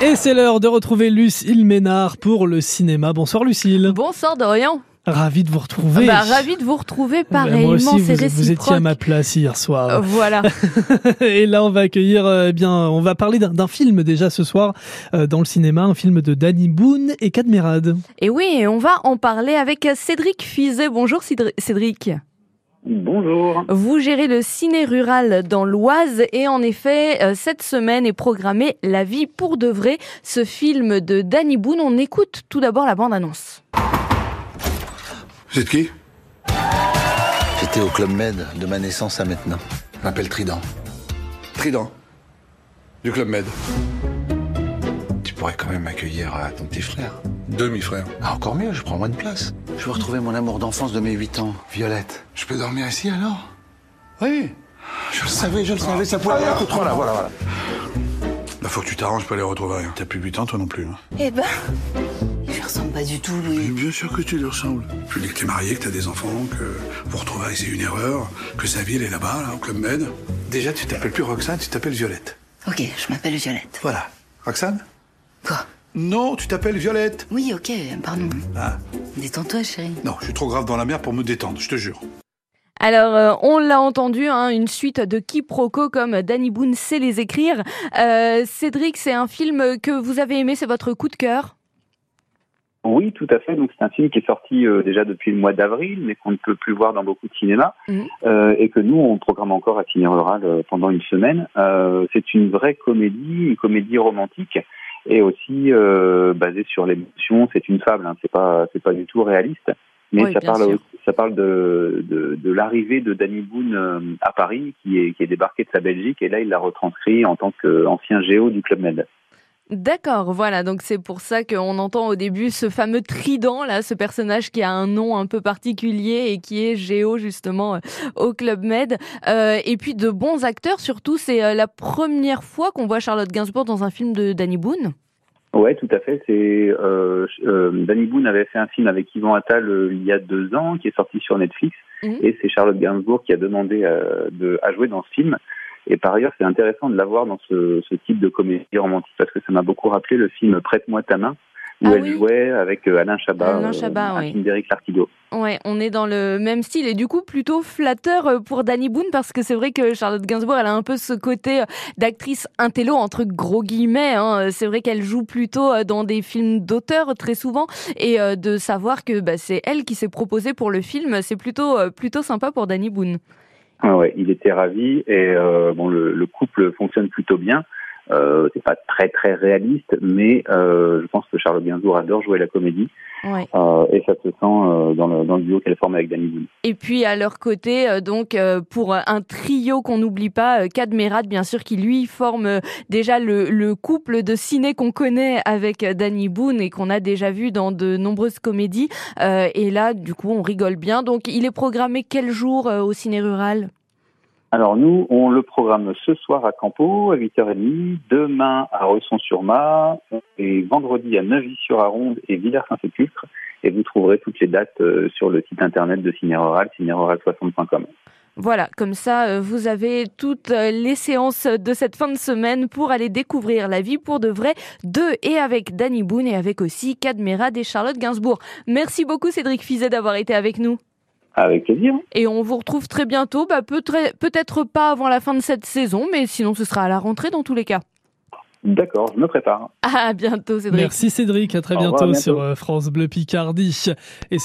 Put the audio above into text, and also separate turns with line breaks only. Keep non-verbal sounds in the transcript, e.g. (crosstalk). Et c'est l'heure de retrouver Lucille Ménard pour le cinéma. Bonsoir Lucille.
Bonsoir Dorian.
Ravi de vous retrouver.
Bah, ravi de vous retrouver
Ben,
pareillement,
moi aussi,
c'est
vous, vous
réciproque. Oh.
étiez à ma place hier
Euh,
soir. (laughs)
Voilà.
Et là, on va accueillir, euh, eh bien, on va parler d'un d'un film déjà ce soir euh, dans le cinéma, un film de Danny Boone et Cadmerade.
Et oui, et on va en parler avec Cédric Fizet. Bonjour Cédri- Cédric.
Bonjour.
Vous gérez le ciné rural dans l'Oise et en effet, euh, cette semaine est programmée La vie pour de vrai, ce film de Danny Boone. On écoute tout d'abord la bande-annonce.
Vous êtes qui
J'étais au Club Med de ma naissance à maintenant. Je m'appelle Trident.
Trident. Du Club Med. Tu pourrais quand même accueillir euh, ton petit frère. Demi-frère.
Ah, encore mieux, je prends moins de place. Je veux retrouver mon amour d'enfance de mes 8 ans, Violette.
Je peux dormir ici alors Oui. Je le savais.
savez, je le savais, ça pouvait avoir un coup de trop, là, voilà, voilà.
Il Bah, faut que tu t'arranges pour les retrouver. T'as plus 8 ans toi non plus. hein.
Eh ben, je lui ressemble pas du tout, Louis.
Bien sûr que tu lui ressembles. Tu dis que t'es marié, que t'as des enfants, que vous retrouvez c'est une erreur, que sa vie elle est là-bas, là, au Club Med. Déjà, tu t'appelles plus Roxane, tu t'appelles Violette.
Ok, je m'appelle Violette.
Voilà. Roxane
Quoi
Non, tu t'appelles Violette.
Oui, ok, pardon.
Ah.
Détends-toi, chérie.
Non, je suis trop grave dans la mer pour me détendre, je te jure.
Alors, euh, on l'a entendu, hein, une suite de quiproquos comme Danny Boone sait les écrire. Euh, Cédric, c'est un film que vous avez aimé, c'est votre coup de cœur
Oui, tout à fait. Donc c'est un film qui est sorti euh, déjà depuis le mois d'avril, mais qu'on ne peut plus voir dans beaucoup de cinémas,
Mhm.
Euh, et que nous on programme encore à Ciné Rural euh, pendant une semaine. Euh, c'est une vraie comédie, une comédie romantique, et aussi euh, basée sur l'émotion. C'est une fable, hein. c'est pas c'est pas du tout réaliste, mais
Oui,
ça
bien
parle
sûr.
ça parle de de, de l'arrivée de Danny Boone euh, à Paris, qui est qui est débarqué de sa Belgique, et là il l'a retranscrit en tant qu'ancien géo du club Med.
D'accord, voilà, donc c'est pour ça qu'on entend au début ce fameux trident, là, ce personnage qui a un nom un peu particulier et qui est Géo, justement, euh, au Club Med. Euh, et puis de bons acteurs, surtout, c'est euh, la première fois qu'on voit Charlotte Gainsbourg dans un film de Danny Boone.
Ouais, tout à fait. C'est euh, euh, Danny Boone avait fait un film avec Yvan Attal euh, il y a deux ans, qui est sorti sur Netflix,
Mhm.
et c'est Charlotte Gainsbourg qui a demandé euh, de, à jouer dans ce film. Et par ailleurs, c'est intéressant de la voir dans ce, ce type de comédie romantique parce que ça m'a beaucoup rappelé le film Prête-moi ta main, où
Ah
elle
oui.
jouait avec euh, Alain Chabat,
Alain Chabat,
un
oui.
film d'Éric Lartigot.
Ouais, on est dans le même style et du coup plutôt flatteur euh, pour Danny Boone parce que c'est vrai que Charlotte Gainsbourg, elle a un peu ce côté euh, d'actrice intello entre gros guillemets. hein. Euh, C'est vrai qu'elle joue plutôt euh, dans des films d'auteur euh, très souvent et euh, de savoir que bah, c'est elle qui s'est proposée pour le film, c'est plutôt euh, plutôt sympa pour Danny Boone.
Ah ouais, il était ravi et euh, bon, le, le couple fonctionne plutôt bien. Euh, c'est pas très très réaliste, mais euh, je pense que Charlotte Gainsbourg adore jouer la comédie.
Ouais.
Euh, et ça se sent euh, dans, le, dans le duo qu'elle forme avec Danny Boone.
Et puis à leur côté, euh, donc euh, pour un trio qu'on n'oublie pas, euh, Cadmerade bien sûr qui lui forme euh, déjà le, le couple de ciné qu'on connaît avec euh, Danny Boone et qu'on a déjà vu dans de nombreuses comédies. Euh, et là, du coup, on rigole bien. Donc il est programmé quel jour euh, au ciné rural
Alors nous, on le programme ce soir à Campo à 8h30, demain à Resson-sur-Mar et vendredi à Neuvy-sur-Aronde et Villers-Saint-Sépulcre. Et vous trouverez toutes les dates euh, sur le site internet de Ciné Rural, cinérural60.com.
Voilà, comme ça, euh, vous avez toutes euh, les séances de cette fin de semaine pour aller découvrir la vie pour de vrai de et avec Danny Boone et avec aussi Cadmerade et Charlotte Gainsbourg. Merci beaucoup Cédric Fizet d'avoir été avec nous.
Avec plaisir.
Et on vous retrouve très bientôt, bah, peut- très- peut-être pas avant la fin de cette saison, mais sinon ce sera à la rentrée dans tous les cas.
D'accord, je me prépare.
À bientôt Cédric.
Merci Cédric, à très
Au revoir,
bientôt
à bientôt.
sur euh, France Bleu Picardie. Et